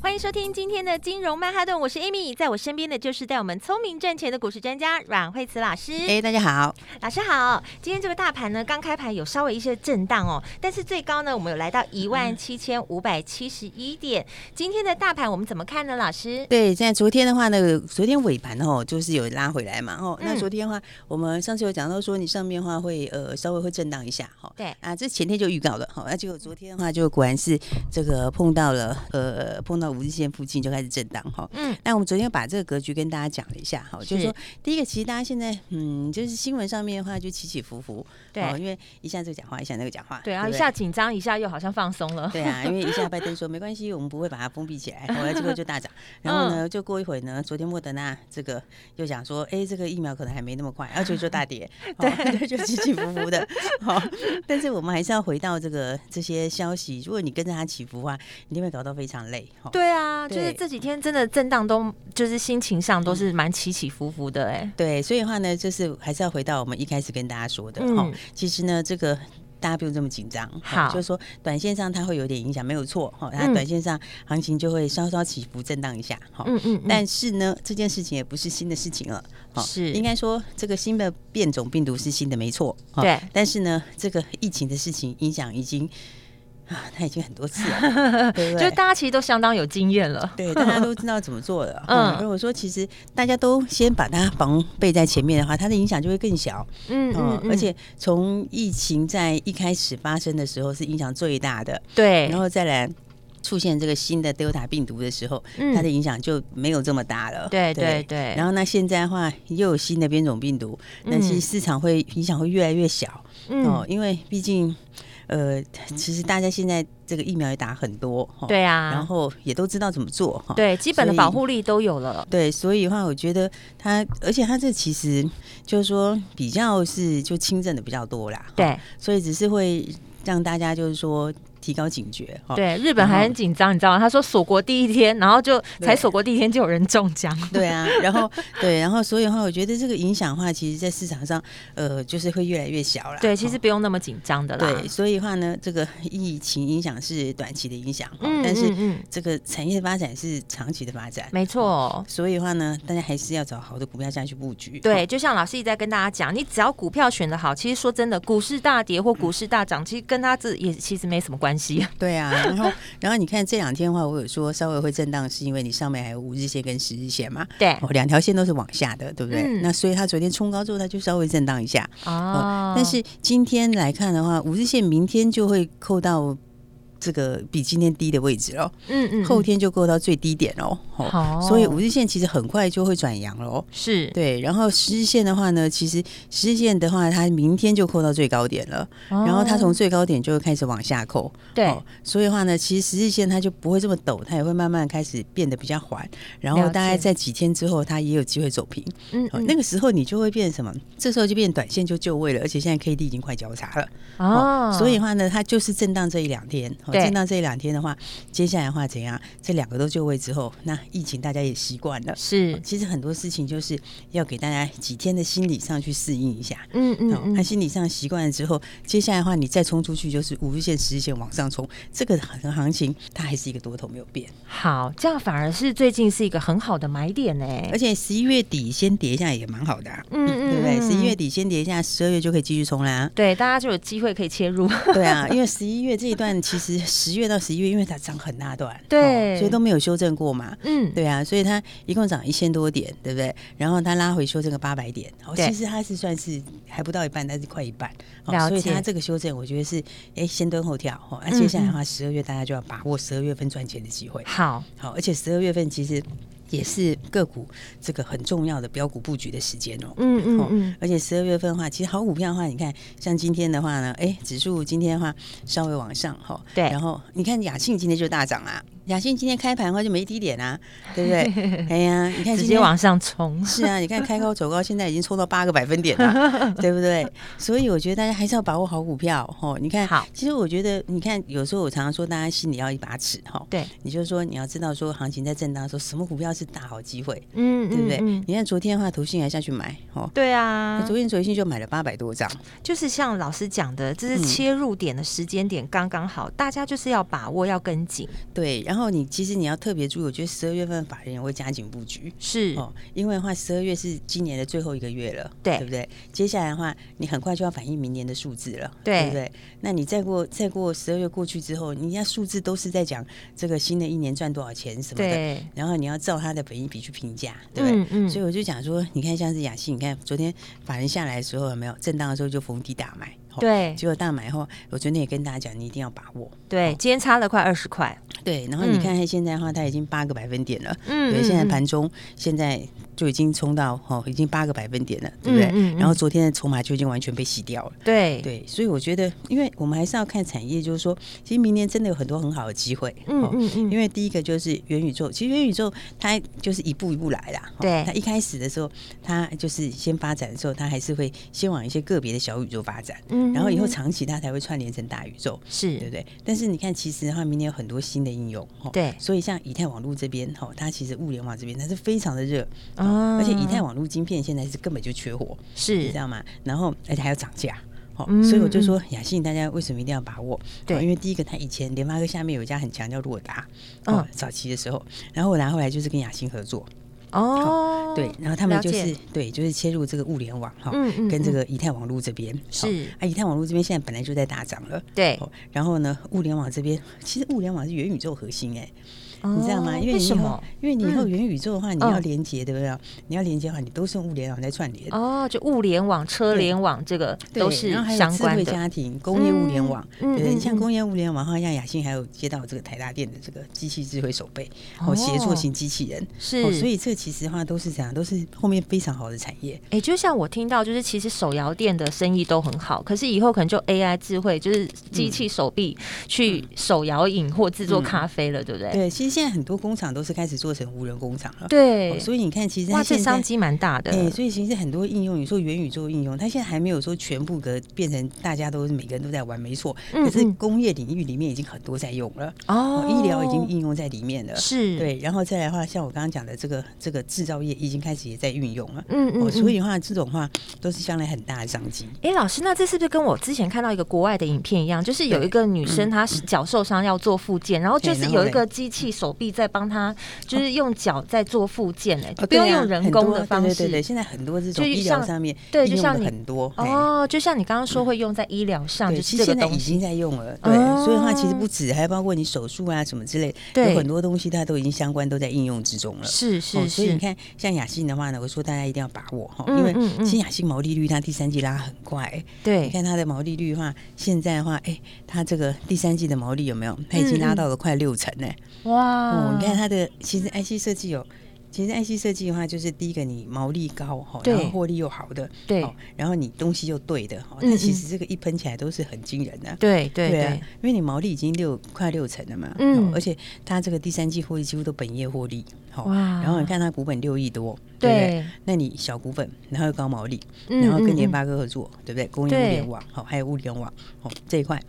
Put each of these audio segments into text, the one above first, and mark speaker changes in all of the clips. Speaker 1: 欢迎收听今天的金融曼哈顿，我是 Amy，在我身边的就是带我们聪明赚钱的股市专家阮慧慈老师。
Speaker 2: 哎、大家好，
Speaker 1: 老师好，今天这个大盘呢，刚开盘有稍微一些震荡哦，但是最高呢，我们有来到一万七千五百七十一点。今天的大盘我们怎么看呢？老师，
Speaker 2: 对，现在昨天的话呢，昨天尾盘哦，就是有拉回来嘛，哦，那
Speaker 1: 嗯
Speaker 2: 昨天的话，我们上次有讲到说，你上面的话会呃稍微会震荡一下，哈、
Speaker 1: 对
Speaker 2: 啊，这前天就预告了，好、那结果昨天的话就果然是这个碰到了呃碰到五日线附近就开始震荡，哈、
Speaker 1: 嗯，
Speaker 2: 那我们昨天把这个格局跟大家讲了一下，哈，就是
Speaker 1: 是
Speaker 2: 说第一个，其实大家现在嗯，就是新闻上面的话就起起伏伏，哦
Speaker 1: 对
Speaker 2: 因为一下这个讲话，一下那个讲话，
Speaker 1: 对啊，
Speaker 2: 不
Speaker 1: 一下紧张，一下又好像放松了。
Speaker 2: 对啊，因为一下拜登说没关系，我们不会把它封闭起来，后来结果就 大
Speaker 1: 嗯
Speaker 2: 涨。然后呢，就过一会儿呢，昨天莫德纳这个又讲说，哎，这个疫苗可能还没那么快，然后就就大 跌，哦对， 就起起伏伏的。好，但是我们还是要回到这个这些消息，如果你跟着它起伏的话，你一定会搞到非常累。哦
Speaker 1: 对啊，就是
Speaker 2: 对
Speaker 1: 这几天真的震荡都，就是心情上都是蛮起起伏伏的哎、
Speaker 2: 对，所以的话呢，就是还是要回到我们一开始跟大家说的哈、
Speaker 1: 嗯
Speaker 2: 其实呢，这个。大家不用这么紧张，哦
Speaker 1: 好
Speaker 2: 就是说短线上它会有点影响，没有错哈。它
Speaker 1: 嗯
Speaker 2: 短线上行情就会稍稍起伏震荡一下哦哈。
Speaker 1: 嗯嗯嗯
Speaker 2: 但是呢，这件事情也不是新的事情了，哈
Speaker 1: 是
Speaker 2: 应该说这个新的变种病毒是新的，没错。哈
Speaker 1: 对
Speaker 2: 但是呢，这个疫情的事情影响已经啊，它已经很多次 了，对不
Speaker 1: 就
Speaker 2: 对？
Speaker 1: 大家其实都相当有经验了。
Speaker 2: 对，大家都知道怎么 做了。
Speaker 1: 嗯
Speaker 2: 嗯，如果说其实大家都先把它防备在前面的话，它的影响就会更小。
Speaker 1: 嗯
Speaker 2: 嗯，而且从疫情在一开始发生的时候是影响最大的，
Speaker 1: 对，
Speaker 2: 然后再来。出现这个新的 Delta 病毒的时候，
Speaker 1: 嗯
Speaker 2: 它的影响就没有这么大了。
Speaker 1: 对
Speaker 2: 不
Speaker 1: 对对
Speaker 2: 然后那现在的话，又有新的变种病毒，但是
Speaker 1: 哎嗯
Speaker 2: 市场会影响会越来越小。
Speaker 1: 嗯
Speaker 2: 哦，因为毕竟，呃，其实大家现在这个疫苗也打很多，哦
Speaker 1: 对啊
Speaker 2: 然后也都知道怎么做，哈、
Speaker 1: 对，基本的
Speaker 2: 所以
Speaker 1: 保护力都有了。
Speaker 2: 对，所以的话，我觉得它，而且它这其实就是说比较是就轻症的比较多啦，哈，
Speaker 1: 对
Speaker 2: 所以只是会让大家就是说提高警觉，哦哈
Speaker 1: 对，日本还很紧张，你知道吗？他说锁国第一天，然后就
Speaker 2: 对
Speaker 1: 才锁国第一天就有人中 奖。
Speaker 2: 对啊，然后对，然后所以的话，我觉得这个影响的话，其实在市场上，呃，就是会越来越小啦。
Speaker 1: 对，其实
Speaker 2: 哦。
Speaker 1: 不用那么紧张的啦。
Speaker 2: 对，所以的话呢，这个疫情影响是短期的影响，哦
Speaker 1: 嗯，
Speaker 2: 但是
Speaker 1: 嗯嗯，
Speaker 2: 这个产业发展是长期的发展，
Speaker 1: 没错。
Speaker 2: 所以的话呢，大家还是要找好的股票下去布局。
Speaker 1: 对，就像老师一直在跟大家讲，你只要股票选的好，其实说真的，股市大跌或股市大
Speaker 2: 嗯
Speaker 1: 涨，其实跟他这也其实没什么关 系。
Speaker 2: 对啊，然后然后你看这两天的话，我有说稍微会震荡，是因为你上面还有五日线跟十日线嘛，
Speaker 1: 对
Speaker 2: 哦，两条线都是往下的，对不对？
Speaker 1: 嗯
Speaker 2: 那所以它昨天冲高之后，它就稍微震荡一下。
Speaker 1: 哦
Speaker 2: 但是今天来看的话，五日线明天就会扣到这个比今天低的位置喽，
Speaker 1: 嗯嗯，嗯
Speaker 2: 后天就扣到最低点喽。
Speaker 1: 好
Speaker 2: 所以五日线其实很快就会转阳喽。
Speaker 1: 是
Speaker 2: 对，然后十日线的话呢，其实十日线的话，它明天就扣到最高点了，
Speaker 1: 哦
Speaker 2: 然后它从最高点就会开始往下扣。
Speaker 1: 对
Speaker 2: 哦所以的话呢，其实十日线它就不会这么陡，它也会慢慢开始变得比较缓，然后
Speaker 1: 了解
Speaker 2: 大概在几天之后，它也有机会走平。
Speaker 1: 嗯
Speaker 2: 哦那个时候你就会变什么？这时候就变短线就就位了，而且现在 K D 已经快交叉了
Speaker 1: 哦，
Speaker 2: 所以的话呢，它就是震荡这一两天。哦
Speaker 1: 对
Speaker 2: 震荡这一两天的话，接下来的话怎样？这两个都就位之后，那疫情大家也习惯了。
Speaker 1: 是
Speaker 2: 其实很多事情就是要给大家几天的心理上去适应一下。
Speaker 1: 嗯嗯
Speaker 2: 哦
Speaker 1: 嗯
Speaker 2: 他，心理上习惯了之后，接下来的话，你再冲出去就是五日线、十日线往上冲，这个行行情它还是一个多头没有变，
Speaker 1: 好，这样反而是最近是一个很好的买点欸呢。
Speaker 2: 而且十一月底先跌一下也蛮好的、啊，
Speaker 1: 嗯嗯
Speaker 2: 对不对？
Speaker 1: 嗯。
Speaker 2: 十一月底先跌一下，十二月就可以继续冲啦
Speaker 1: 对，大家就有机会可以切 入。
Speaker 2: 对啊，因为十一月这一段其实十月到十一月，因为它涨很大段，哦
Speaker 1: 对
Speaker 2: 所以都没有修正过嘛。
Speaker 1: 嗯，
Speaker 2: 对啊，所以它一共涨一千多点，对不对？然后它拉回修正个八百点，哦，
Speaker 1: 对
Speaker 2: 其实它是算是还不到一半，但是快一半，
Speaker 1: 了
Speaker 2: 哦，所以
Speaker 1: 解
Speaker 2: 它这个修正，我觉得是哎先蹲后跳，哦，那、
Speaker 1: 嗯
Speaker 2: 接下来的话，十二月大家就要把握十二月份赚钱的机会，
Speaker 1: 好，
Speaker 2: 好、而且十二月份其实也是个股这个很重要的标股布局的时间哦，
Speaker 1: 嗯嗯
Speaker 2: 哦
Speaker 1: 嗯，
Speaker 2: 而且十二月份的话，其实好股票的话，你看像今天的话呢，哎，指数今天的话稍微往上哈、
Speaker 1: 对
Speaker 2: 然后你看雅信今天就大涨啦、啊雅信今天开盘的话就没低点啊，对 不对？哎呀，你看
Speaker 1: 直接
Speaker 2: 今天
Speaker 1: 往上冲。
Speaker 2: 是啊，你看开高走高，现在已经冲到八个百分点了，对 不对？所以我觉得大家还是要把握好股票哦。你看，
Speaker 1: 好
Speaker 2: 其实我觉得，你看有时候我常常说，大家心里要一把尺哈。
Speaker 1: 对，
Speaker 2: 你就说你要知道说行情在震荡的时候，什么股票是大好机会，
Speaker 1: 嗯，
Speaker 2: 对不对？
Speaker 1: 嗯嗯
Speaker 2: 你看昨天的话，投信还下去买哦，
Speaker 1: 对啊，
Speaker 2: 昨天投信就买了八百多张，
Speaker 1: 就是像老师讲的，这是
Speaker 2: 嗯
Speaker 1: 切入点的时间点刚刚好，大家就是要把握，要跟紧。
Speaker 2: 对。然后你其实你要特别注意，我觉得十二月份法人也会加紧布局。
Speaker 1: 是，
Speaker 2: 哦，因为的话，十二月是今年的最后一个月了，
Speaker 1: 对
Speaker 2: 对不对？接下来的话，你很快就要反映明年的数字了，
Speaker 1: 对
Speaker 2: 不对？那你再过再过十二月过去之后，人家数字都是在讲这个新的一年赚多少钱什么的，
Speaker 1: 对，
Speaker 2: 然后你要照它的本益比去评价，对不对？
Speaker 1: 嗯嗯，
Speaker 2: 所以我就讲说，你看像是雅信，你看昨天法人下来的时候有没有震荡的时候就逢低大买，哦，
Speaker 1: 对
Speaker 2: 结果大买后，我昨天也跟大家讲，你一定要把握，
Speaker 1: 对，今天差了快二十块，
Speaker 2: 对。然后你
Speaker 1: 嗯
Speaker 2: 看它现在的话，它已经八个百分点了。
Speaker 1: 嗯
Speaker 2: 对，现在
Speaker 1: 嗯
Speaker 2: 盘中现在就已经冲到哦，已经八个百分点了，对不对？
Speaker 1: 嗯嗯嗯
Speaker 2: 然后昨天的筹码就已经完全被洗掉了。
Speaker 1: 对
Speaker 2: 对，所以我觉得，因为我们还是要看产业，就是说，其实明年真的有很多很好的机会。
Speaker 1: 嗯
Speaker 2: 哦
Speaker 1: 嗯嗯
Speaker 2: 因为第一个就是元宇宙，其实元宇宙它就是一步一步来啦。哦
Speaker 1: 对
Speaker 2: 它一开始的时候，它就是先发展的时候，它还是会先往一些个别的小宇宙发展，
Speaker 1: 嗯
Speaker 2: 然后以后
Speaker 1: 嗯嗯
Speaker 2: 长期它才会串联成大宇宙。对
Speaker 1: 是
Speaker 2: 不对？但是你看，其实的话，明年有很多新的应用，哦
Speaker 1: 对
Speaker 2: 所以像以太网络这边，哈，它其实物联网这边它是非常的热，
Speaker 1: 啊
Speaker 2: 哦而且以太网络晶片现在是根本就缺货，你知
Speaker 1: 是
Speaker 2: 道吗？然后而且还要涨价。哦
Speaker 1: 嗯，
Speaker 2: 所以我就说雅信，大家为什么一定要把握？
Speaker 1: 对
Speaker 2: 哦因为第一个，它以前联发科下面有一家很强叫洛达，
Speaker 1: 嗯
Speaker 2: 哦，早期的时候，然后我拿后来就是跟雅信合作，
Speaker 1: 哦，
Speaker 2: 对，然后他们
Speaker 1: 了
Speaker 2: 就
Speaker 1: 解
Speaker 2: 是对，就是切入这个物联网哈，
Speaker 1: 嗯嗯
Speaker 2: 跟这
Speaker 1: 嗯
Speaker 2: 个以太网络这边
Speaker 1: 是
Speaker 2: 哦啊，以太网络这边现在本来就在大涨了，
Speaker 1: 对
Speaker 2: 哦，然后呢，物联网这边其实物联网是元宇宙核心哎、
Speaker 1: 哦
Speaker 2: 你知道吗？因为
Speaker 1: 为
Speaker 2: 你以
Speaker 1: 什
Speaker 2: 后
Speaker 1: 么？，
Speaker 2: 因为你以后
Speaker 1: 嗯
Speaker 2: 元宇宙的话，你要
Speaker 1: 嗯
Speaker 2: 连接，对不对？你要连接的话，你都是用物联网在串联。
Speaker 1: 哦，就物联网、车
Speaker 2: 对
Speaker 1: 联网这个
Speaker 2: 对
Speaker 1: 都是
Speaker 2: 然后还有
Speaker 1: 相
Speaker 2: 智
Speaker 1: 关
Speaker 2: 慧
Speaker 1: 的，
Speaker 2: 家哦庭、工业物联网，
Speaker 1: 嗯
Speaker 2: 对不对
Speaker 1: 嗯嗯
Speaker 2: 像
Speaker 1: 嗯
Speaker 2: 工业物联网的话，像雅信还有接到这个台达电的这个机器智慧手背，
Speaker 1: 哦嗯
Speaker 2: 哦，协作型机器人，
Speaker 1: 是
Speaker 2: 哦，所以这其实的话都是这样，都是后面非常好的产业。
Speaker 1: 哎、就像我听到，就是其实手摇店的生意都很好，可是以后可能就 AI 智慧，就是
Speaker 2: 嗯
Speaker 1: 机器手臂去手摇饮或制作咖啡了，对不对？
Speaker 2: 对，其实现在很多工厂都是开始做成无人工厂了。
Speaker 1: 对
Speaker 2: 哦所以你看，其实它
Speaker 1: 哇，这
Speaker 2: 现在
Speaker 1: 商机蛮大的。
Speaker 2: 哎、所以其实很多应用，你说元宇宙应用，它现在还没有说全部的变成大家都是每个人都在玩，没错。
Speaker 1: 嗯
Speaker 2: 可是
Speaker 1: 嗯
Speaker 2: 工业领域里面已经很多在用了，
Speaker 1: 哦
Speaker 2: 哦，医疗已经应用在里面了。
Speaker 1: 是，
Speaker 2: 对，然后再来的话，像我刚刚讲的这个这个制造业已经开始也在运用了。
Speaker 1: 嗯嗯
Speaker 2: 哦，所
Speaker 1: 嗯
Speaker 2: 以的话，这种话都是将来很大的商机。
Speaker 1: 哎、老师，那这是不是跟我之前看到一个国外的影片一样？就是有一个女生她是脚受伤要做复健，然后就是
Speaker 2: 嗯然后
Speaker 1: 有一
Speaker 2: 嘞
Speaker 1: 个机器手臂在帮她，就是用脚在做复健、哎、
Speaker 2: 哦
Speaker 1: 不用
Speaker 2: 对啊
Speaker 1: 用人
Speaker 2: 很
Speaker 1: 工
Speaker 2: 多
Speaker 1: 的方式。
Speaker 2: 对对对对，现在很多这种
Speaker 1: 就
Speaker 2: 医疗
Speaker 1: 像
Speaker 2: 上面
Speaker 1: 对
Speaker 2: 应
Speaker 1: 就
Speaker 2: 用
Speaker 1: 像
Speaker 2: 的
Speaker 1: 你
Speaker 2: 很多嘿
Speaker 1: 哦，就像你刚刚说会用在医疗上，
Speaker 2: 嗯对，
Speaker 1: 就是
Speaker 2: 其
Speaker 1: 这个
Speaker 2: 实现在
Speaker 1: 东
Speaker 2: 已
Speaker 1: 西哦
Speaker 2: 经在用了，对，所以的话其实不止，还包括你手术啊什么之类，
Speaker 1: 对
Speaker 2: 有很多东西它都已经相关都在应用之中了。
Speaker 1: 是是
Speaker 2: 哦所以
Speaker 1: 是
Speaker 2: 你，看，像雅信的话呢，我说大家一定要把握哈，
Speaker 1: 嗯
Speaker 2: 因为
Speaker 1: 嗯嗯
Speaker 2: 其实雅信毛利率它第三季拉很快，你
Speaker 1: 对，
Speaker 2: 看它的毛利率的话，现在的话，哎，它这个第三季的毛利有没有？它
Speaker 1: 嗯
Speaker 2: 已经拉到了快六成呢。
Speaker 1: 哇，
Speaker 2: 哦，你看它的，其实 IC 设计有。其实 IC 设计的话，就是第一个你毛利高哈，
Speaker 1: 对
Speaker 2: 然后获利又好的，
Speaker 1: 对
Speaker 2: 哦然后你东西又对的哈，
Speaker 1: 嗯
Speaker 2: 那其
Speaker 1: 嗯
Speaker 2: 实这个一喷起来都是很惊人的、
Speaker 1: 对对
Speaker 2: 对啊
Speaker 1: 对，，
Speaker 2: 因为你毛利已经六快六成了嘛，
Speaker 1: 嗯
Speaker 2: 嗯，而且它这个第三季获利几乎都本业获利，好，
Speaker 1: 哇
Speaker 2: 然后你看它股本六亿多，对不对
Speaker 1: 对，
Speaker 2: 那你小股本，然后又高毛利，
Speaker 1: 嗯
Speaker 2: 然后
Speaker 1: 嗯
Speaker 2: 跟
Speaker 1: 嗯
Speaker 2: 联发科合作，对不对？工业
Speaker 1: 对
Speaker 2: 物联网，好，还有物联网，好这一块。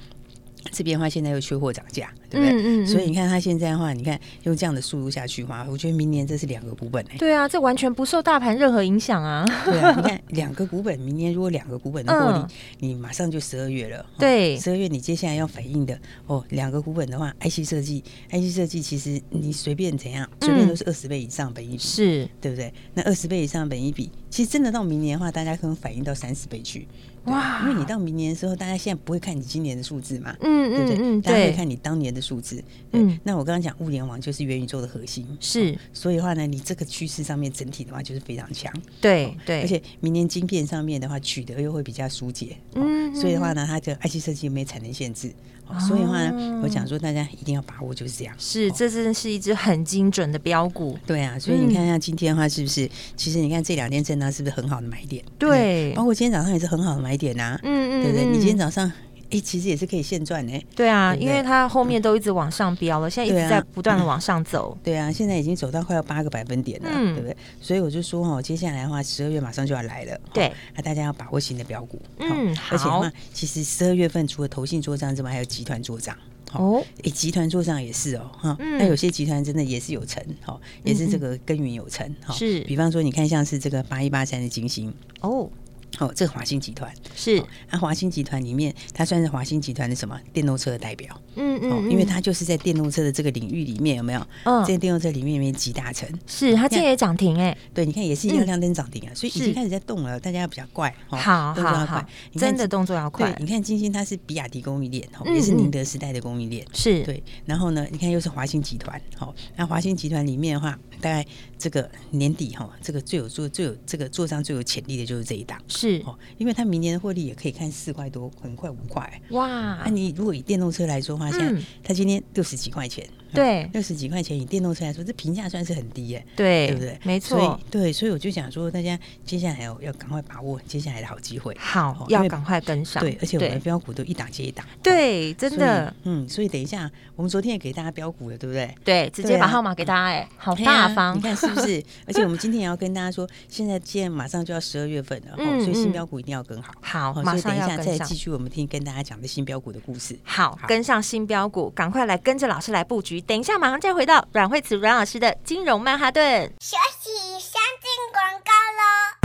Speaker 2: 这边的话，现在又缺货涨价，对不对？
Speaker 1: 嗯嗯嗯
Speaker 2: 所以你看它现在的话，你看用这样的速度下去的话，我觉得明年这是两个股本哎、
Speaker 1: 对啊，这完全不受大盘任何影响啊，
Speaker 2: 对啊，你看两个股本，明年如果两个股本的获利，
Speaker 1: 嗯
Speaker 2: 你马上就十二月了。哦
Speaker 1: 对
Speaker 2: 十二月你接下来要反映的哦，两个股本的话，IC 设计，IC 设计其实你随便怎样，随便都是二十倍以上本一比，
Speaker 1: 嗯是
Speaker 2: 对不对？那二十倍以上本一比，其实真的到明年的话，大家可能反映到三十倍去。 对
Speaker 1: 哇
Speaker 2: 因为你到明年的时候，大家现在不会看你今年的数字嘛。
Speaker 1: 啊嗯
Speaker 2: 对不对？
Speaker 1: 嗯嗯
Speaker 2: 大家会
Speaker 1: 对
Speaker 2: 看你当年的数字。
Speaker 1: 嗯
Speaker 2: 嗯，那我刚刚讲物联网就是元宇宙的核心，
Speaker 1: 是，
Speaker 2: 所以的话呢，你这个趋势上面整体的话就是非常强。
Speaker 1: 对对，
Speaker 2: 哦而且明年晶片上面的话，取得又会比较疏解，哦
Speaker 1: 嗯
Speaker 2: 所以的话呢，它的 IC 设计没产能限制，哦所以的话呢，我讲说大家一定要把握，就是这样。
Speaker 1: 是
Speaker 2: 哦
Speaker 1: 这真的是一只很精准的标股，
Speaker 2: 对啊，所以你
Speaker 1: 嗯
Speaker 2: 看像今天的话，是不是？其实你看这两天震荡是不是很好的买点？
Speaker 1: 对
Speaker 2: 包括今天早上也是很好的买点呐、啊
Speaker 1: 嗯嗯，
Speaker 2: 对不对？你今天
Speaker 1: 嗯
Speaker 2: 早上哎，其实也是可以现赚呢。
Speaker 1: 对啊，
Speaker 2: 对不
Speaker 1: 因为
Speaker 2: 对
Speaker 1: 它后面都一直往上飙了，现在一
Speaker 2: 对
Speaker 1: 直
Speaker 2: 啊
Speaker 1: 在不断的往上走。
Speaker 2: 对啊，现在已经走到快要八个百分点了，
Speaker 1: 嗯
Speaker 2: 对不对？所以我就说哈、哦，接下来的话，十二月马上就要来了，哈
Speaker 1: 对，
Speaker 2: 那、大家要把握新的标股，哈
Speaker 1: 嗯
Speaker 2: 而且的
Speaker 1: 好
Speaker 2: 话，其实十二月份除了投信做账之外，还有集团做账。哦，
Speaker 1: 哦，
Speaker 2: 诶，集团做账也是哦，哈、
Speaker 1: 嗯
Speaker 2: 那有些集团真的也是有成，哈，也是这个耕耘有成，哈、
Speaker 1: 是
Speaker 2: 比方说，你看像是这个八一八三的金星，
Speaker 1: 哦，
Speaker 2: 哦，这个华兴集团，
Speaker 1: 是，
Speaker 2: 那、华兴集团里面，它算是华兴集团的什么电动车的代表，
Speaker 1: 嗯
Speaker 2: 哦，
Speaker 1: 嗯，
Speaker 2: 因为
Speaker 1: 嗯
Speaker 2: 它就是在电动车的这个领域里面有没有？
Speaker 1: 嗯
Speaker 2: 在电动车里面里面集大成，
Speaker 1: 是它今天也涨停哎，
Speaker 2: 对，你看也是一
Speaker 1: 嗯
Speaker 2: 样亮灯涨停啊，所以已
Speaker 1: 是
Speaker 2: 经开始在动了，大家要比较快，哦
Speaker 1: 好
Speaker 2: 动作
Speaker 1: 好
Speaker 2: 要
Speaker 1: 好
Speaker 2: 快，，你看
Speaker 1: 真的动作要快
Speaker 2: 对，，你看金星它是比亚迪供应链，哦
Speaker 1: 嗯
Speaker 2: 也是宁
Speaker 1: 嗯
Speaker 2: 德时代的供应链。
Speaker 1: 是，
Speaker 2: 对，然后呢？你看又是华兴集团，好、那华兴集团里面的话，大概这个年底哈、哦这个最有做最有这个做上最有潜力的就是这一档
Speaker 1: 是，
Speaker 2: 哦，因为它明年的获利也可以看四块多，很快五块。那、
Speaker 1: 哇，
Speaker 2: 你如果以电动车来说的话，现在、
Speaker 1: 啊嗯
Speaker 2: 它今天六十几块钱，
Speaker 1: 对
Speaker 2: 六十几块钱以电动车来说，这评价算是很低耶、
Speaker 1: 对
Speaker 2: 对不对？
Speaker 1: 没
Speaker 2: 所以
Speaker 1: 错，
Speaker 2: 对，所以我就想说，大家接下来哦要赶快把握接下来的好机会。
Speaker 1: 好
Speaker 2: 哦，因
Speaker 1: 要
Speaker 2: 为
Speaker 1: 赶快跟上，
Speaker 2: 对，而且我们的
Speaker 1: 对
Speaker 2: 标股都一档接一档。哦，
Speaker 1: 对，真的
Speaker 2: 所以。嗯，所以等一下，我们昨天也给大家标股了，对不对？
Speaker 1: 对，直接
Speaker 2: 对啊
Speaker 1: 把号码给大家，哎，好
Speaker 2: 哎
Speaker 1: 大
Speaker 2: 呀
Speaker 1: 方
Speaker 2: 你，看是不 是？而且我们今天也要跟大家说，现在现在马上就要十二月份了，哦
Speaker 1: 嗯
Speaker 2: 所以
Speaker 1: 嗯
Speaker 2: 新标股一定要跟好。
Speaker 1: 好，
Speaker 2: 哦
Speaker 1: 马
Speaker 2: 所以等
Speaker 1: 上
Speaker 2: 一
Speaker 1: 要
Speaker 2: 下
Speaker 1: 跟
Speaker 2: 再
Speaker 1: 上
Speaker 2: 继。续我们听跟大家讲的新标股的故事。
Speaker 1: 好，
Speaker 2: 好
Speaker 1: 跟上新标股，赶快来跟着老师来布局。等一下，马上再回到阮慧慈阮老师的金融曼哈顿。
Speaker 3: 休息，先进广告喽。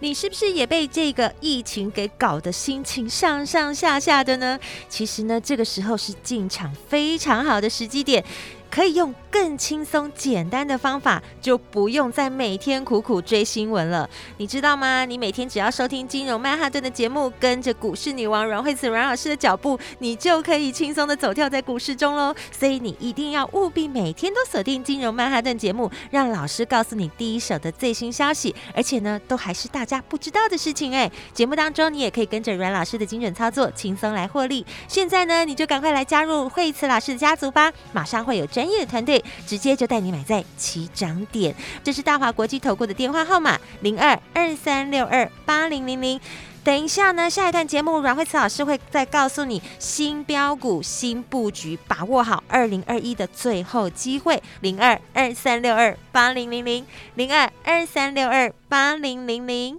Speaker 1: 你是不是也被这个疫情给搞得心情上上下下的呢？其实呢，这个时候是进场非常好的时机点。可以用更轻松简单的方法，就不用再每天苦苦追新闻了。你知道吗？你每天只要收听《金融曼哈顿》的节目，跟着股市女王阮慧慈阮老师的脚步，你就可以轻松的走跳在股市中喽。所以你一定要务必每天都锁定《金融曼哈顿》节目，让老师告诉你第一手的最新消息，而且呢，都还是大家不知道的事情哎。节目当中，你也可以跟着阮老师的精准操作，轻松来获利。现在呢，你就赶快来加入惠慈老师的家族吧，马上会有专业的团队直接就带你买在起涨点。这是大华国际投顾的电话号码零二二三六二八零零零。等一下呢，下一段节目阮慧慈老师会再告诉你新标股、新布局，把握好二零二一的最后机会。零二二三六二八零零零零二二三六二八零零零。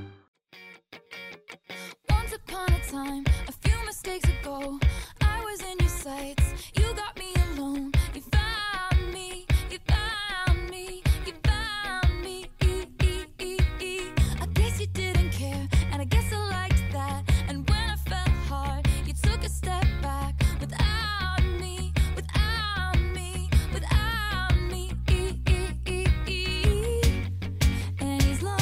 Speaker 4: Once upon a time, a few mistakes ago, I was in your sights. You got me alone. You found me. You found me. You found me. I guess you didn't care, and I guess I liked that. And when I fell hard, you took a step back without me, without me, without me. And he's lonely.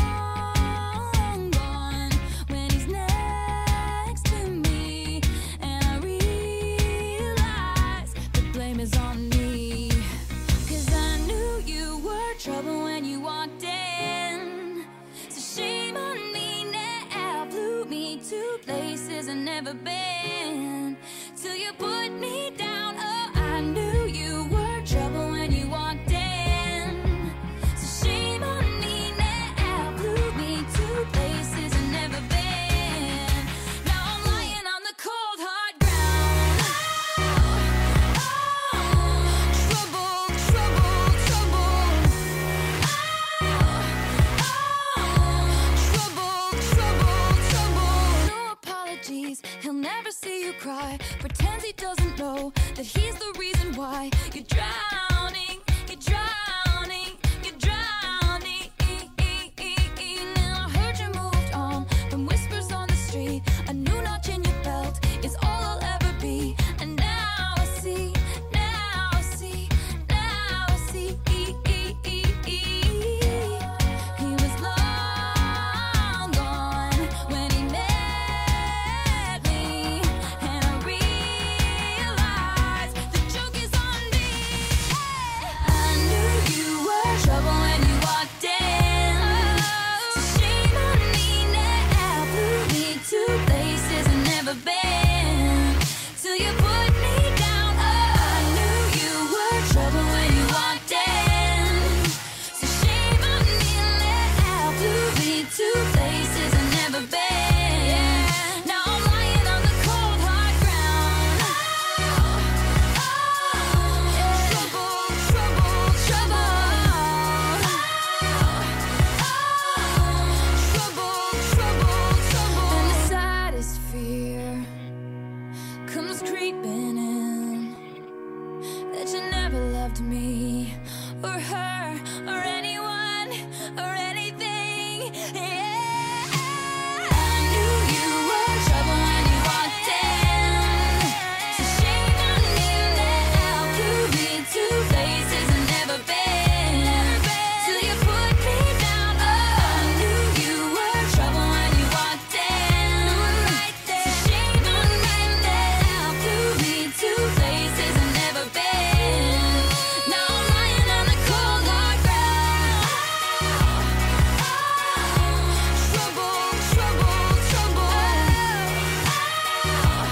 Speaker 4: Oh, Oh, Oh, away. You're drowning, you're drowning, you're drowning. Now I heard you moved on from whispers on the street. A new notch in your belt is all I'll ever be. And now I see, now I see, now I see. He was long gone when he met me, and I realized the joke is on me. I knew you were trouble when you walked in. Oh, Shame on me now, blew me to places I've never been. Till you put me down. Oh, I knew you were trouble when you walked in. So shame on me now, blew me to places I've never been. Now I'm lying on the cold hard ground. Oh, trouble, trouble, trouble. Oh, trouble, trouble, trouble. And the saddest fear comes creeping in that you never loved me or her or anyone or anything. Yeah. I knew you were trouble when you walked in. So shame on me now. Blew me to places I've never been. Till you put me down. Oh, I knew you were trouble when you walked in. So shame on me now. Blew me to places I've never been. Now I'm lying on the cold hard ground. Oh, Trouble, trouble, trouble. Oh,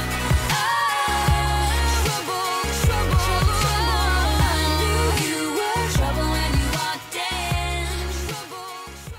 Speaker 4: Trouble, trouble, trouble. I knew you were trouble when you walked in. Trouble.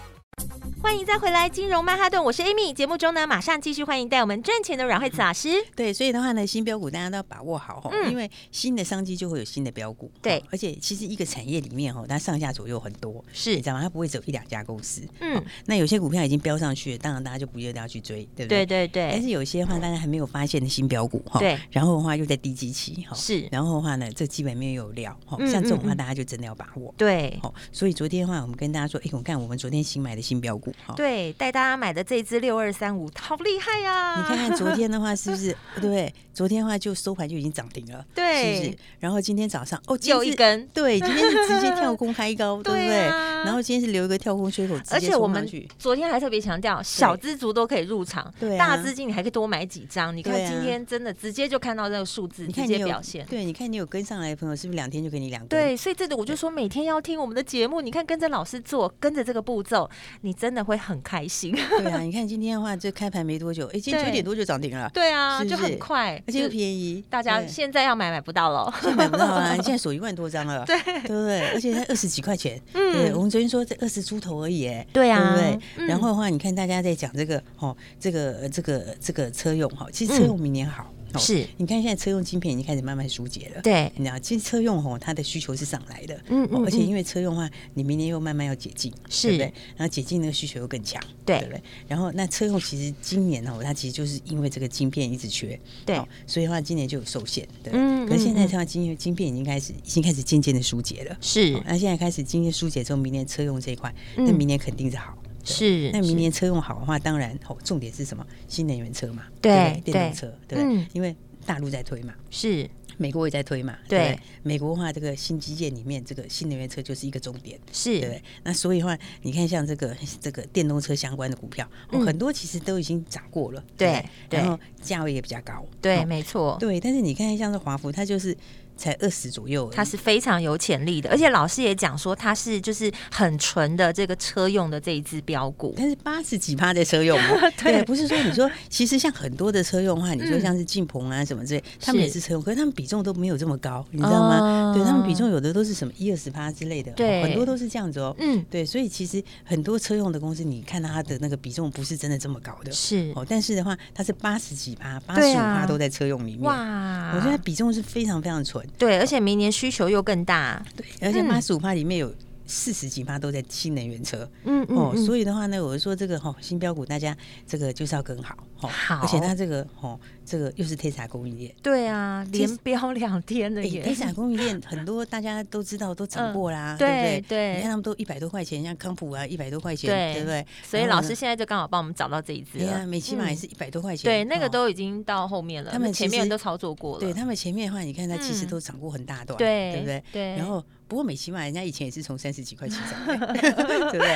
Speaker 1: 欢迎再回来，金融曼哈顿，我是 Amy。节目中呢，马上继续欢迎带我们赚钱的阮慧慈老师。
Speaker 2: 对，所以的话呢，新标股大家都要把握好哦，
Speaker 1: 嗯
Speaker 2: 因为新的商机就会有新的标股。
Speaker 1: 对
Speaker 2: 哦而且其实一个产业里面哦，它上下左右很多，
Speaker 1: 是
Speaker 2: 你知道吗？它不会只有一两家公司。
Speaker 1: 嗯，
Speaker 2: 那有些股票已经飙上去了，当然大家就不一定要去追，对不
Speaker 1: 对
Speaker 2: 对？
Speaker 1: 对
Speaker 2: 但
Speaker 1: 对，
Speaker 2: 是有些话，大家还没有发现的新标股哈，
Speaker 1: 对
Speaker 2: 然后的话又在低基期哈，
Speaker 1: 是
Speaker 2: 然后的话呢，这基本面又有料哈，
Speaker 1: 嗯
Speaker 2: 像这种
Speaker 1: 嗯
Speaker 2: 话
Speaker 1: 嗯
Speaker 2: 大家就真的要把握。
Speaker 1: 对
Speaker 2: 好，所以昨天的话，我们跟大家说，哎、我看我们昨天新买的新标股哈，
Speaker 1: 对，带大家买的这支六二三五，好厉害呀、
Speaker 2: 你看看 昨天的话是不是对不对？昨天的话就收盘就已经涨停了，
Speaker 1: 对
Speaker 2: 是不是？然后今天早上哦，今
Speaker 1: 又
Speaker 2: 天
Speaker 1: 一
Speaker 2: 是，
Speaker 1: 根，
Speaker 2: 对，今天是直接跳空开高，对不
Speaker 1: 对
Speaker 2: 对？
Speaker 1: 啊
Speaker 2: 然后今天是留一个跳空缺口，直
Speaker 1: 而
Speaker 2: 接
Speaker 1: 且我
Speaker 2: 冲上
Speaker 1: 们
Speaker 2: 去。
Speaker 1: 昨天还特别强调，小资族都可以入场，
Speaker 2: 对啊
Speaker 1: 大资金你还可以多买几张。你看
Speaker 2: 对啊
Speaker 1: 今天真的直接就看到这个数字，
Speaker 2: 你
Speaker 1: 直
Speaker 2: 看你
Speaker 1: 接
Speaker 2: 有
Speaker 1: 表现。
Speaker 2: 对，你看你有跟上来的朋友，是不是两天就给你两根？
Speaker 1: 对，所以这个我就说，每天要听我们的节目，你看跟着老师做，跟着这个步骤，你真的会很开 心。
Speaker 2: 对啊，你看今天的话，这开盘没多久，哎，今天
Speaker 1: 对
Speaker 2: 九点多就涨停了，
Speaker 1: 对啊，
Speaker 2: 是不
Speaker 1: 就是很快，
Speaker 2: 而且又
Speaker 1: 宜。
Speaker 2: 便宜，
Speaker 1: 大家
Speaker 2: 对
Speaker 1: 现在要买买不到了，
Speaker 2: 现在买不到啊，你现在锁一万多张了，
Speaker 1: 对
Speaker 2: 对不对？而且才二十几块钱，
Speaker 1: 嗯
Speaker 2: 对，我们昨天说这二十出头而已，哎，
Speaker 1: 对啊
Speaker 2: 对不
Speaker 1: 嗯
Speaker 2: 对？然后的话，你看大家在讲这个，哦，这个呃这个这个车用哈，其实车用明年好，哦
Speaker 1: 嗯是
Speaker 2: 你看现在车用晶片已经开始慢慢疏解了，。
Speaker 1: 对，
Speaker 2: 你知道，其实车用吼，它的需求是上来的，
Speaker 1: 嗯
Speaker 2: 哦
Speaker 1: 嗯
Speaker 2: 而且
Speaker 1: 嗯
Speaker 2: 因为车用的话，你明年又慢慢要解禁，
Speaker 1: 是
Speaker 2: 对不对？然后解禁那个需求又更强，
Speaker 1: 对
Speaker 2: 不对？然后那车用其实今年哦，它其实就是因为这个晶片一直缺，
Speaker 1: 对
Speaker 2: 哦所以的话今年就有受限，对不对。
Speaker 1: 嗯
Speaker 2: 可是现
Speaker 1: 嗯
Speaker 2: 在
Speaker 1: 嗯
Speaker 2: 的话，晶晶片已经开始，已经开始渐渐的疏解了。哦
Speaker 1: 是
Speaker 2: 那现在开始今天疏解之后，明年车用这一块，
Speaker 1: 嗯
Speaker 2: 那明年肯定是好。对
Speaker 1: 是
Speaker 2: 那明年车用好的话，当然哦，重点是什么？新能源车嘛，
Speaker 1: 对
Speaker 2: 不
Speaker 1: 对
Speaker 2: 电动车，对不对？
Speaker 1: 嗯
Speaker 2: 因为大陆在推嘛，
Speaker 1: 是
Speaker 2: 美国也在推嘛，
Speaker 1: 对
Speaker 2: 不美国的话，这个新基建里面，这个新能源车就是一个重点，对不
Speaker 1: 是
Speaker 2: 对？那所以的话，你看像这个 这个电动车相关的股票，哦
Speaker 1: 嗯
Speaker 2: 很多其实都已经涨过了，
Speaker 1: 对
Speaker 2: 不
Speaker 1: 对
Speaker 2: 然后价位也比较高，
Speaker 1: 对，
Speaker 2: 哦
Speaker 1: 没错，
Speaker 2: 对。但是你看像是华孚，它就是才二十左右而已，
Speaker 1: 它是非常有潜力的，而且老师也讲说，它是就是很纯的这个车用的这一支标股，
Speaker 2: 但是八十几趴在车用嘛
Speaker 1: 对
Speaker 2: 不是说你说，其实像很多的车用的话，你说
Speaker 1: 嗯
Speaker 2: 像是进鹏啊什么之类，他们
Speaker 1: 是哦
Speaker 2: 也是车用，可是他们比重都没有这么高，你知道吗？对他们比重有的都是什么一二十趴之类的，哦
Speaker 1: 对
Speaker 2: 很多都是这样子哦。
Speaker 1: 嗯，
Speaker 2: 对，所以其实很多车用的公司，你看它的那个比重不是真的这么高的
Speaker 1: 是
Speaker 2: 哦，但是的话，它是八十几趴、八
Speaker 1: 对
Speaker 2: 十五
Speaker 1: 啊
Speaker 2: 趴都在车用里面。
Speaker 1: 哇，
Speaker 2: 我觉得它比重是非常非常纯，
Speaker 1: 对，而且明年需求又更大，
Speaker 2: 对，而且
Speaker 1: 嗯
Speaker 2: 八十五趴里面有四十几趴都在新能源车。
Speaker 1: 嗯嗯
Speaker 2: 哦，
Speaker 1: 嗯
Speaker 2: 所以的话呢，我就说这个哈、哦、新标股，大家这个就是要跟好，哦、
Speaker 1: 好
Speaker 2: 而且它这个哦，这个又是 Tesla 供应链。
Speaker 1: 对啊，连标两天了
Speaker 2: 哎
Speaker 1: 耶，
Speaker 2: ，Tesla 供 应链很多大家都知道，都涨过啦，
Speaker 1: 嗯
Speaker 2: 对不
Speaker 1: 对
Speaker 2: 你看他们都一百多块钱，像康普啊，一百多块钱，
Speaker 1: 对
Speaker 2: 对不对？
Speaker 1: 所以
Speaker 2: 然后
Speaker 1: 老
Speaker 2: 呢
Speaker 1: 师现在就刚好帮我们找到这一只
Speaker 2: 对呀，
Speaker 1: 了。
Speaker 2: 美琪玛也是一百多块钱，
Speaker 1: 嗯对，那个
Speaker 2: 哦
Speaker 1: 都已经到后面了，
Speaker 2: 他们其
Speaker 1: 前
Speaker 2: 实
Speaker 1: 面都操作过了。
Speaker 2: 对他们前面的话，你看它其实
Speaker 1: 嗯
Speaker 2: 都涨过很大段，
Speaker 1: 对
Speaker 2: 对不对？
Speaker 1: 对
Speaker 2: 然后不过美琪玛人家以前也是从三十几块起涨的， 对不对？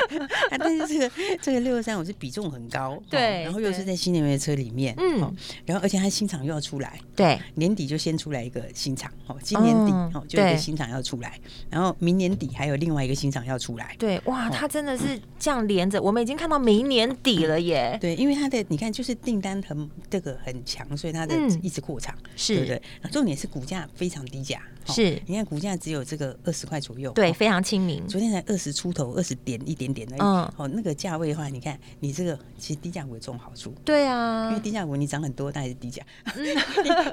Speaker 2: 啊，但是这个这个六二三五是比重很高，哦
Speaker 1: 对
Speaker 2: 然后又
Speaker 1: 对
Speaker 2: 是在新能源车里面，
Speaker 1: 嗯
Speaker 2: 哦，然后而且它新厂又要出来，
Speaker 1: 对
Speaker 2: 年底就先出来一个新厂，哦，今年底
Speaker 1: 嗯
Speaker 2: 哦就有一
Speaker 1: 对
Speaker 2: 个新厂要出来，然后明年底还有另外一个新厂要出来。
Speaker 1: 对，哇，
Speaker 2: 哦
Speaker 1: 它真的是这样连着，我们已经看到明年底了耶。
Speaker 2: 对，因为它的你看就是订单很这个很强，所以它的
Speaker 1: 嗯
Speaker 2: 一直扩厂，
Speaker 1: 是
Speaker 2: 对不对？然后重点是股价非常低价，哦
Speaker 1: 是
Speaker 2: 你看股价只有这个二十块左右，
Speaker 1: 对，
Speaker 2: 哦
Speaker 1: 非常亲民。
Speaker 2: 昨天才二十出头，二十点一点点而已。
Speaker 1: 嗯
Speaker 2: 哦，那个价位的话，你看你这个其实低价股有这种好处，
Speaker 1: 对
Speaker 2: 因为
Speaker 1: 啊，
Speaker 2: 低价股你涨很多，但还是低价； 你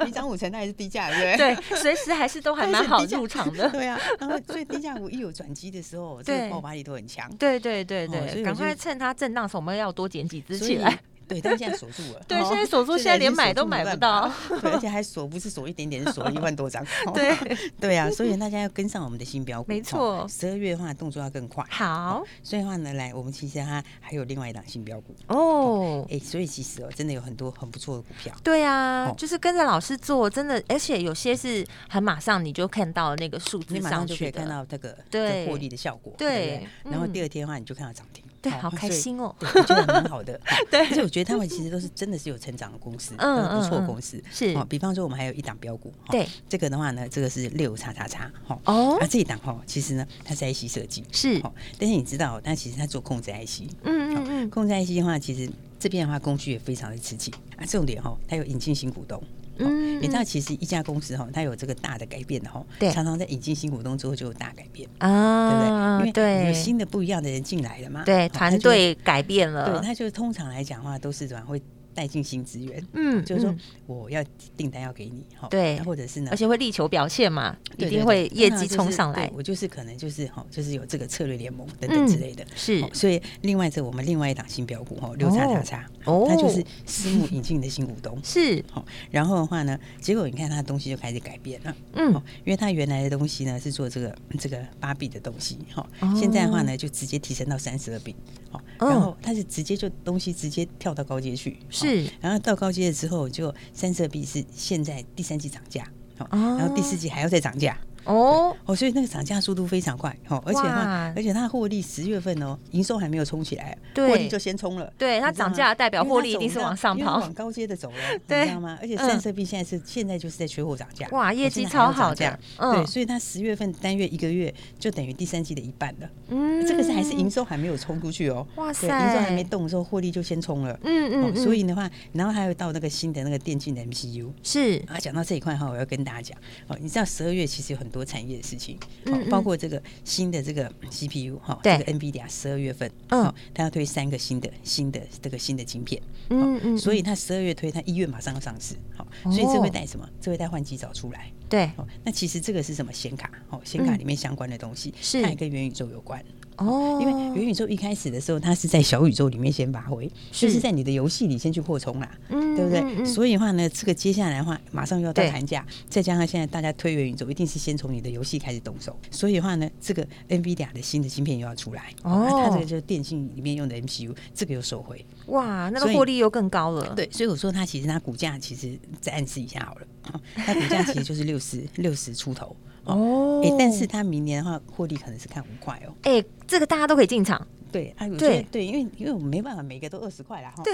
Speaker 2: 你涨五成，那还是低价，对不对？
Speaker 1: 嗯 对，随时还是都还蛮好入场的。
Speaker 2: 对啊，然后所以低价股一有转机的时 候，这
Speaker 1: 对
Speaker 2: 个爆发力都很强。
Speaker 1: 对对对
Speaker 2: 哦所以
Speaker 1: 对，
Speaker 2: 我
Speaker 1: 赶
Speaker 2: 就
Speaker 1: 快趁它震荡的时候，我们要多捡几只
Speaker 2: 所
Speaker 1: 起
Speaker 2: 以
Speaker 1: 来。
Speaker 2: 对，但是现在锁住了。
Speaker 1: 对
Speaker 2: 哦
Speaker 1: 现在锁住
Speaker 2: 已经
Speaker 1: 现在连买
Speaker 2: 锁住
Speaker 1: 都买
Speaker 2: 没
Speaker 1: 不
Speaker 2: 办 法了对，而且还锁不是锁一点点，是锁一万多张。哦
Speaker 1: 对
Speaker 2: 对啊，所以大家要跟上我们的新标股。
Speaker 1: 没错
Speaker 2: 十二月的话动作要更快。
Speaker 1: 好
Speaker 2: 所以的话呢，来，我们其实它还有另外一档新标股。
Speaker 1: 哦，
Speaker 2: 哎、所以其实哦，真的有很多很不错的股票。
Speaker 1: 对啊，
Speaker 2: 哦
Speaker 1: 就是跟着老师做，真的，而且有些是很马上你就看到那个数
Speaker 2: 你
Speaker 1: 字
Speaker 2: 马上
Speaker 1: 上
Speaker 2: 就可
Speaker 1: 去
Speaker 2: 以看
Speaker 1: 的，
Speaker 2: 到这个
Speaker 1: 对
Speaker 2: 这获利的效果，
Speaker 1: 对
Speaker 2: 不对然后
Speaker 1: 嗯
Speaker 2: 第二天的话，你就看到涨停，
Speaker 1: 对，
Speaker 2: 哦
Speaker 1: 好开。心哦。
Speaker 2: 所以对，我觉得蛮好 的。
Speaker 1: 对
Speaker 2: 而且我觉得他们其实都是真的是有成长的公司，
Speaker 1: 嗯
Speaker 2: 嗯，不错
Speaker 1: 嗯嗯
Speaker 2: 的公司。
Speaker 1: 是
Speaker 2: 哦，比方说我们还有一档标股，哦
Speaker 1: 对，
Speaker 2: 这个的话呢，这个是六叉叉叉，哈，
Speaker 1: 哦
Speaker 2: 啊，这一档哈，其实呢，它是 IC 设计，
Speaker 1: 是
Speaker 2: 哦，但是你知道，它其实它做控制 IC，
Speaker 1: 嗯嗯嗯，
Speaker 2: 控制 IC 的话，其实这边的话工具也非常的刺激啊。重点哈，它有引进新股东。哦
Speaker 1: 嗯
Speaker 2: 你知道，其实一家公司哈，它有这个大的改变的哈，
Speaker 1: 对
Speaker 2: 常常在引进新股东之后就有大改变，
Speaker 1: 啊，
Speaker 2: 对不对？因为有
Speaker 1: 对
Speaker 2: 新的不一样的人进来了嘛，
Speaker 1: 对，
Speaker 2: 哦
Speaker 1: 团，队改变
Speaker 2: 它就
Speaker 1: 了
Speaker 2: 对，，它就是通常来讲的话都是软会带进新资源，
Speaker 1: 嗯，
Speaker 2: 就是说
Speaker 1: 嗯
Speaker 2: 我要订单要给你，哈
Speaker 1: 对
Speaker 2: 或者是呢
Speaker 1: 而，且会力求表现嘛，
Speaker 2: 对
Speaker 1: 一
Speaker 2: 对
Speaker 1: 定
Speaker 2: 对
Speaker 1: 会业
Speaker 2: 通常
Speaker 1: 绩
Speaker 2: 就是
Speaker 1: 冲上
Speaker 2: 对
Speaker 1: 来，
Speaker 2: 我就是可能就是哈，就是有这个策略联盟等
Speaker 1: 嗯
Speaker 2: 等之类的。
Speaker 1: 是
Speaker 2: 哦所以另外这我们另外一档新标股哈，六叉叉叉，
Speaker 1: 哦。
Speaker 2: 它就是私募引进的新股东
Speaker 1: 是，
Speaker 2: 好，然后的话呢，结果你看它的东西就开始改变了，
Speaker 1: 嗯
Speaker 2: 哦，因为它原来的东西呢是做这个这个八币的东西，哈、
Speaker 1: 哦
Speaker 2: 现在的话呢就直接提升到三十二币，哦，
Speaker 1: 嗯
Speaker 2: 然后它是直接就东西直接跳到高阶去，哦
Speaker 1: 是
Speaker 2: 然后到高阶了之后，就三十二币是现在第三季涨价，哦，然后第四季还要再涨价，
Speaker 1: 哦，
Speaker 2: 哦，所以那个涨价速度非常快哦，而且
Speaker 1: 哇
Speaker 2: 它而且它获利十月份哦，营收还没有冲起来，
Speaker 1: 对
Speaker 2: 获利就先冲了。
Speaker 1: 对它
Speaker 2: 你知道
Speaker 1: 涨
Speaker 2: 吗
Speaker 1: 价代表
Speaker 2: 因为
Speaker 1: 获
Speaker 2: 它
Speaker 1: 利一
Speaker 2: 走
Speaker 1: 定是
Speaker 2: 到
Speaker 1: 往上
Speaker 2: 因为它
Speaker 1: 跑
Speaker 2: 往高阶 的走了，
Speaker 1: 对
Speaker 2: 你知道吗？而且
Speaker 1: 嗯
Speaker 2: 三色币现在是现在就是在缺货涨价，
Speaker 1: 哇
Speaker 2: 哦
Speaker 1: 业绩
Speaker 2: 现在还
Speaker 1: 超
Speaker 2: 要
Speaker 1: 好
Speaker 2: 涨价
Speaker 1: 的嗯
Speaker 2: 对，所以它十月份单月一个月就等于第三季的一半了，
Speaker 1: 嗯
Speaker 2: 这个是还是营收还没有冲出去哦，
Speaker 1: 哇
Speaker 2: 对营收还没
Speaker 1: 塞
Speaker 2: 动的时候，获利就先冲了，
Speaker 1: 嗯嗯
Speaker 2: 哦所
Speaker 1: 嗯
Speaker 2: 以的话，然后还有到那个新的那个电竞的 MCU，
Speaker 1: 是
Speaker 2: 啊，讲到这一块哈，我要跟大家讲哦，你知道十二月其实有很多产业的事情，哦
Speaker 1: 嗯嗯
Speaker 2: 包括这个新的这个 CPU 哈、
Speaker 1: 对
Speaker 2: 这个 NVIDIA 十二月份，
Speaker 1: 嗯
Speaker 2: 哦，它要推三个新的新的这个新的晶片，哦
Speaker 1: 嗯哦嗯
Speaker 2: 所
Speaker 1: 嗯
Speaker 2: 以它十二月推，它一月马上要上市，好、所以这会带什么？这会带换机早出来。
Speaker 1: 对
Speaker 2: 哦，那其实这个是什么显卡？哦，显卡
Speaker 1: 嗯
Speaker 2: 里面相关的东西，
Speaker 1: 是
Speaker 2: 它也跟元宇宙有关。
Speaker 1: 哦，
Speaker 2: 因为元宇宙一开始的时候，它是在小宇宙里面先发挥，就是在你的游戏里先去扩充啦，
Speaker 1: 嗯
Speaker 2: 对不
Speaker 1: 嗯嗯
Speaker 2: 对？所以的话呢，这个接下来的话，马上又要到
Speaker 1: 对
Speaker 2: 寒假，再加上现在大家推元宇宙，一定是先从你的游戏开始动手。所以的话呢，这个 NVIDIA 的新的芯片又要出来，
Speaker 1: 哦
Speaker 2: 那它这个就是电信里面用的 MCU，这个又收回。
Speaker 1: 哇，那个
Speaker 2: 所以
Speaker 1: 获利又更高了，
Speaker 2: 对，所以我说它其实它股价其实再暗示一下好了， 哦它股价其实就是六十六十出头。
Speaker 1: 哦
Speaker 2: 诶但是它明年的话，获利可能是看五块哦。
Speaker 1: 哎，这个大家都可以进场，
Speaker 2: 对啊，我觉
Speaker 1: 对
Speaker 2: 得对，因为因为我们没办法每个都二十块啦 哈。对，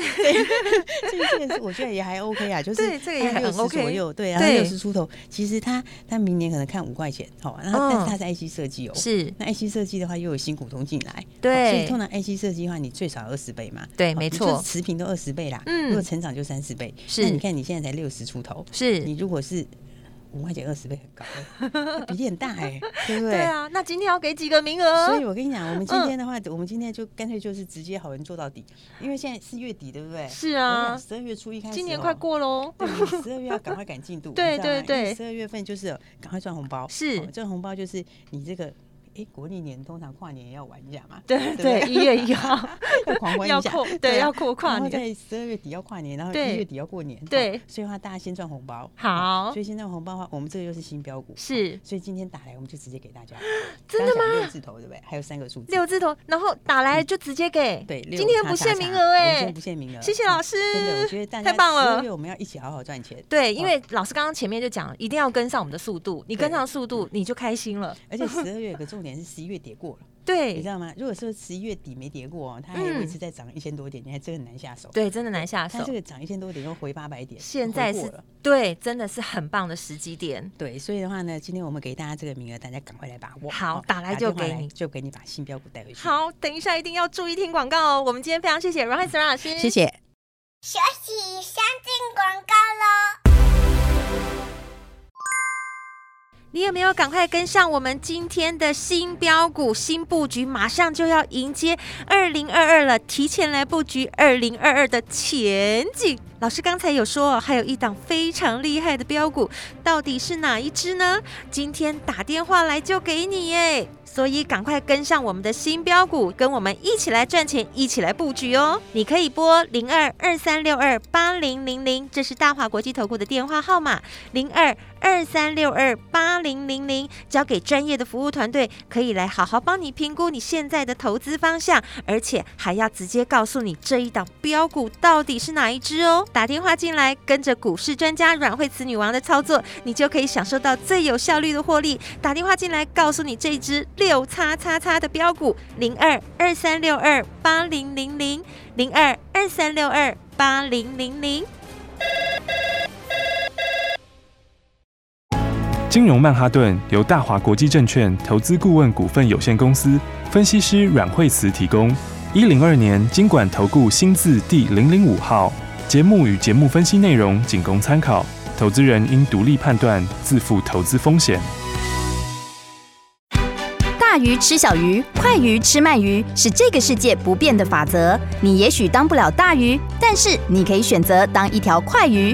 Speaker 2: 这个这个是我觉得也还 OK 啊，就是
Speaker 1: 对这个也很
Speaker 2: 六十
Speaker 1: OK
Speaker 2: 左右，对，然后
Speaker 1: 对
Speaker 2: 六十出头。其实它它明年可能看五块钱，好，然
Speaker 1: 嗯
Speaker 2: 后但是它是 IC 设计哦，
Speaker 1: 是
Speaker 2: 那 IC 设计的话又有新股东进来，
Speaker 1: 对
Speaker 2: 哦所以通常 IC 设计的话你最少二十倍嘛，
Speaker 1: 对
Speaker 2: 哦
Speaker 1: 没
Speaker 2: 你
Speaker 1: 错
Speaker 2: 就是持平都二十倍啦，
Speaker 1: 嗯
Speaker 2: 如果成长就三十倍，
Speaker 1: 是
Speaker 2: 那你看你现在才六十出头，
Speaker 1: 是
Speaker 2: 你如果是。五块钱二十倍很高 欸，那比例很大哎、对不对？
Speaker 1: 对啊，那今天要给几个名额？
Speaker 2: 所以我跟你讲，我们
Speaker 1: 嗯
Speaker 2: 今天的话，我们今天就干脆就是直接好人做到底，因为现在是月底，对不对？
Speaker 1: 是啊
Speaker 2: 十二月初一开始哦，
Speaker 1: 今年快过喽，
Speaker 2: 对，十二月要赶快赶 进度。
Speaker 1: 对对对
Speaker 2: 十二月份就是赶快赚红包，
Speaker 1: 是
Speaker 2: 哦赚红包就是你这个。哎，国历年通常跨年也要玩一下嘛，
Speaker 1: 对
Speaker 2: 不
Speaker 1: 对，一月一号
Speaker 2: 要狂欢
Speaker 1: 要
Speaker 2: 一下
Speaker 1: 过，对
Speaker 2: 啊
Speaker 1: 要过跨
Speaker 2: 然后
Speaker 1: 年
Speaker 2: 在十二月底要跨年，然后
Speaker 1: 对
Speaker 2: 一月底要过年，
Speaker 1: 对
Speaker 2: 哦所以的话大家先赚红包，哦
Speaker 1: 好
Speaker 2: 所以先赚红包的话，我们这个又是新标股，
Speaker 1: 是
Speaker 2: 所以今天打来我们就直接给大家，
Speaker 1: 真的
Speaker 2: 刚刚讲六字头对不对？还有三个数字，
Speaker 1: 六字头，然后打来就直接给，
Speaker 2: 嗯对，六
Speaker 1: 今天
Speaker 2: 叉
Speaker 1: 不
Speaker 2: 叉
Speaker 1: 限
Speaker 2: 叉
Speaker 1: 名
Speaker 2: 我
Speaker 1: 额
Speaker 2: 们
Speaker 1: 哎、
Speaker 2: 今天不限名额，
Speaker 1: 谢谢
Speaker 2: 嗯
Speaker 1: 老师
Speaker 2: 真的，我觉得大家
Speaker 1: 太棒了
Speaker 2: 12月我们要一起好好赚钱，
Speaker 1: 对，因
Speaker 2: 哦
Speaker 1: 为老师刚刚前面就讲，一定要跟上我们的速度，你跟上速
Speaker 2: 嗯
Speaker 1: 度你就开心了。
Speaker 2: 而且十二月有个重点是十一月跌过了，你
Speaker 1: 对
Speaker 2: 知，道吗？如果说十一月底没跌过哦，它还
Speaker 1: 嗯
Speaker 2: 维持在涨一千多点，你还真的很难下手。
Speaker 1: 对，真的难下
Speaker 2: 它
Speaker 1: 手
Speaker 2: 这。个涨一千多点又回八百点，
Speaker 1: 现在
Speaker 2: 回过
Speaker 1: 是
Speaker 2: 了
Speaker 1: 对，真的是很棒的时机点。
Speaker 2: 对，所以的话呢，今天我们给大家这个名额，大家赶快来把握。
Speaker 1: 好
Speaker 2: 哦
Speaker 1: 打来就
Speaker 2: 电话
Speaker 1: 给你
Speaker 2: 就给你把新标股带回去。，
Speaker 1: 好，等一下一定要注意听广告哦。我们今天非常谢谢阮海思阮老师，
Speaker 2: 谢谢。
Speaker 3: 休息一下，进广告喽。
Speaker 1: 你有没有赶快跟上我们今天的新标股、新布局？马上就要迎接二零二二了，提前来布局二零二二的前景。老师刚才有说哦，还有一档非常厉害的标股，到底是哪一支呢？今天打电话来就给你耶！所以赶快跟上我们的新标股，跟我们一起来赚钱，一起来布局哦！你可以拨零二二三六二八零零零，这是大华国际投顾的电话号码。零二二三六二八零零零，交给专业的服务团队，可以来好好帮你评估你现在的投资方向，而且还要直接告诉你这一档标股到底是哪一只哦。打电话进来，跟着股市专家阮慧慈女王的操作，你就可以享受到最有效率的获利。打电话进来，告诉你这只六叉叉叉的标股零二二三六二八零零零零二二三六二八零零零。
Speaker 5: 金融曼哈顿由大华国际证券投资顾问股份有限公司分析师阮惠慈提供。一零二年经管投顾新字第零零五号。节目与节目分析内容仅供参考，投资人应独立判断，自负投资风险。
Speaker 6: 大鱼吃小鱼，快鱼吃慢鱼，是这个世界不变的法则。你也许当不了大鱼，但是你可以选择当一条快鱼。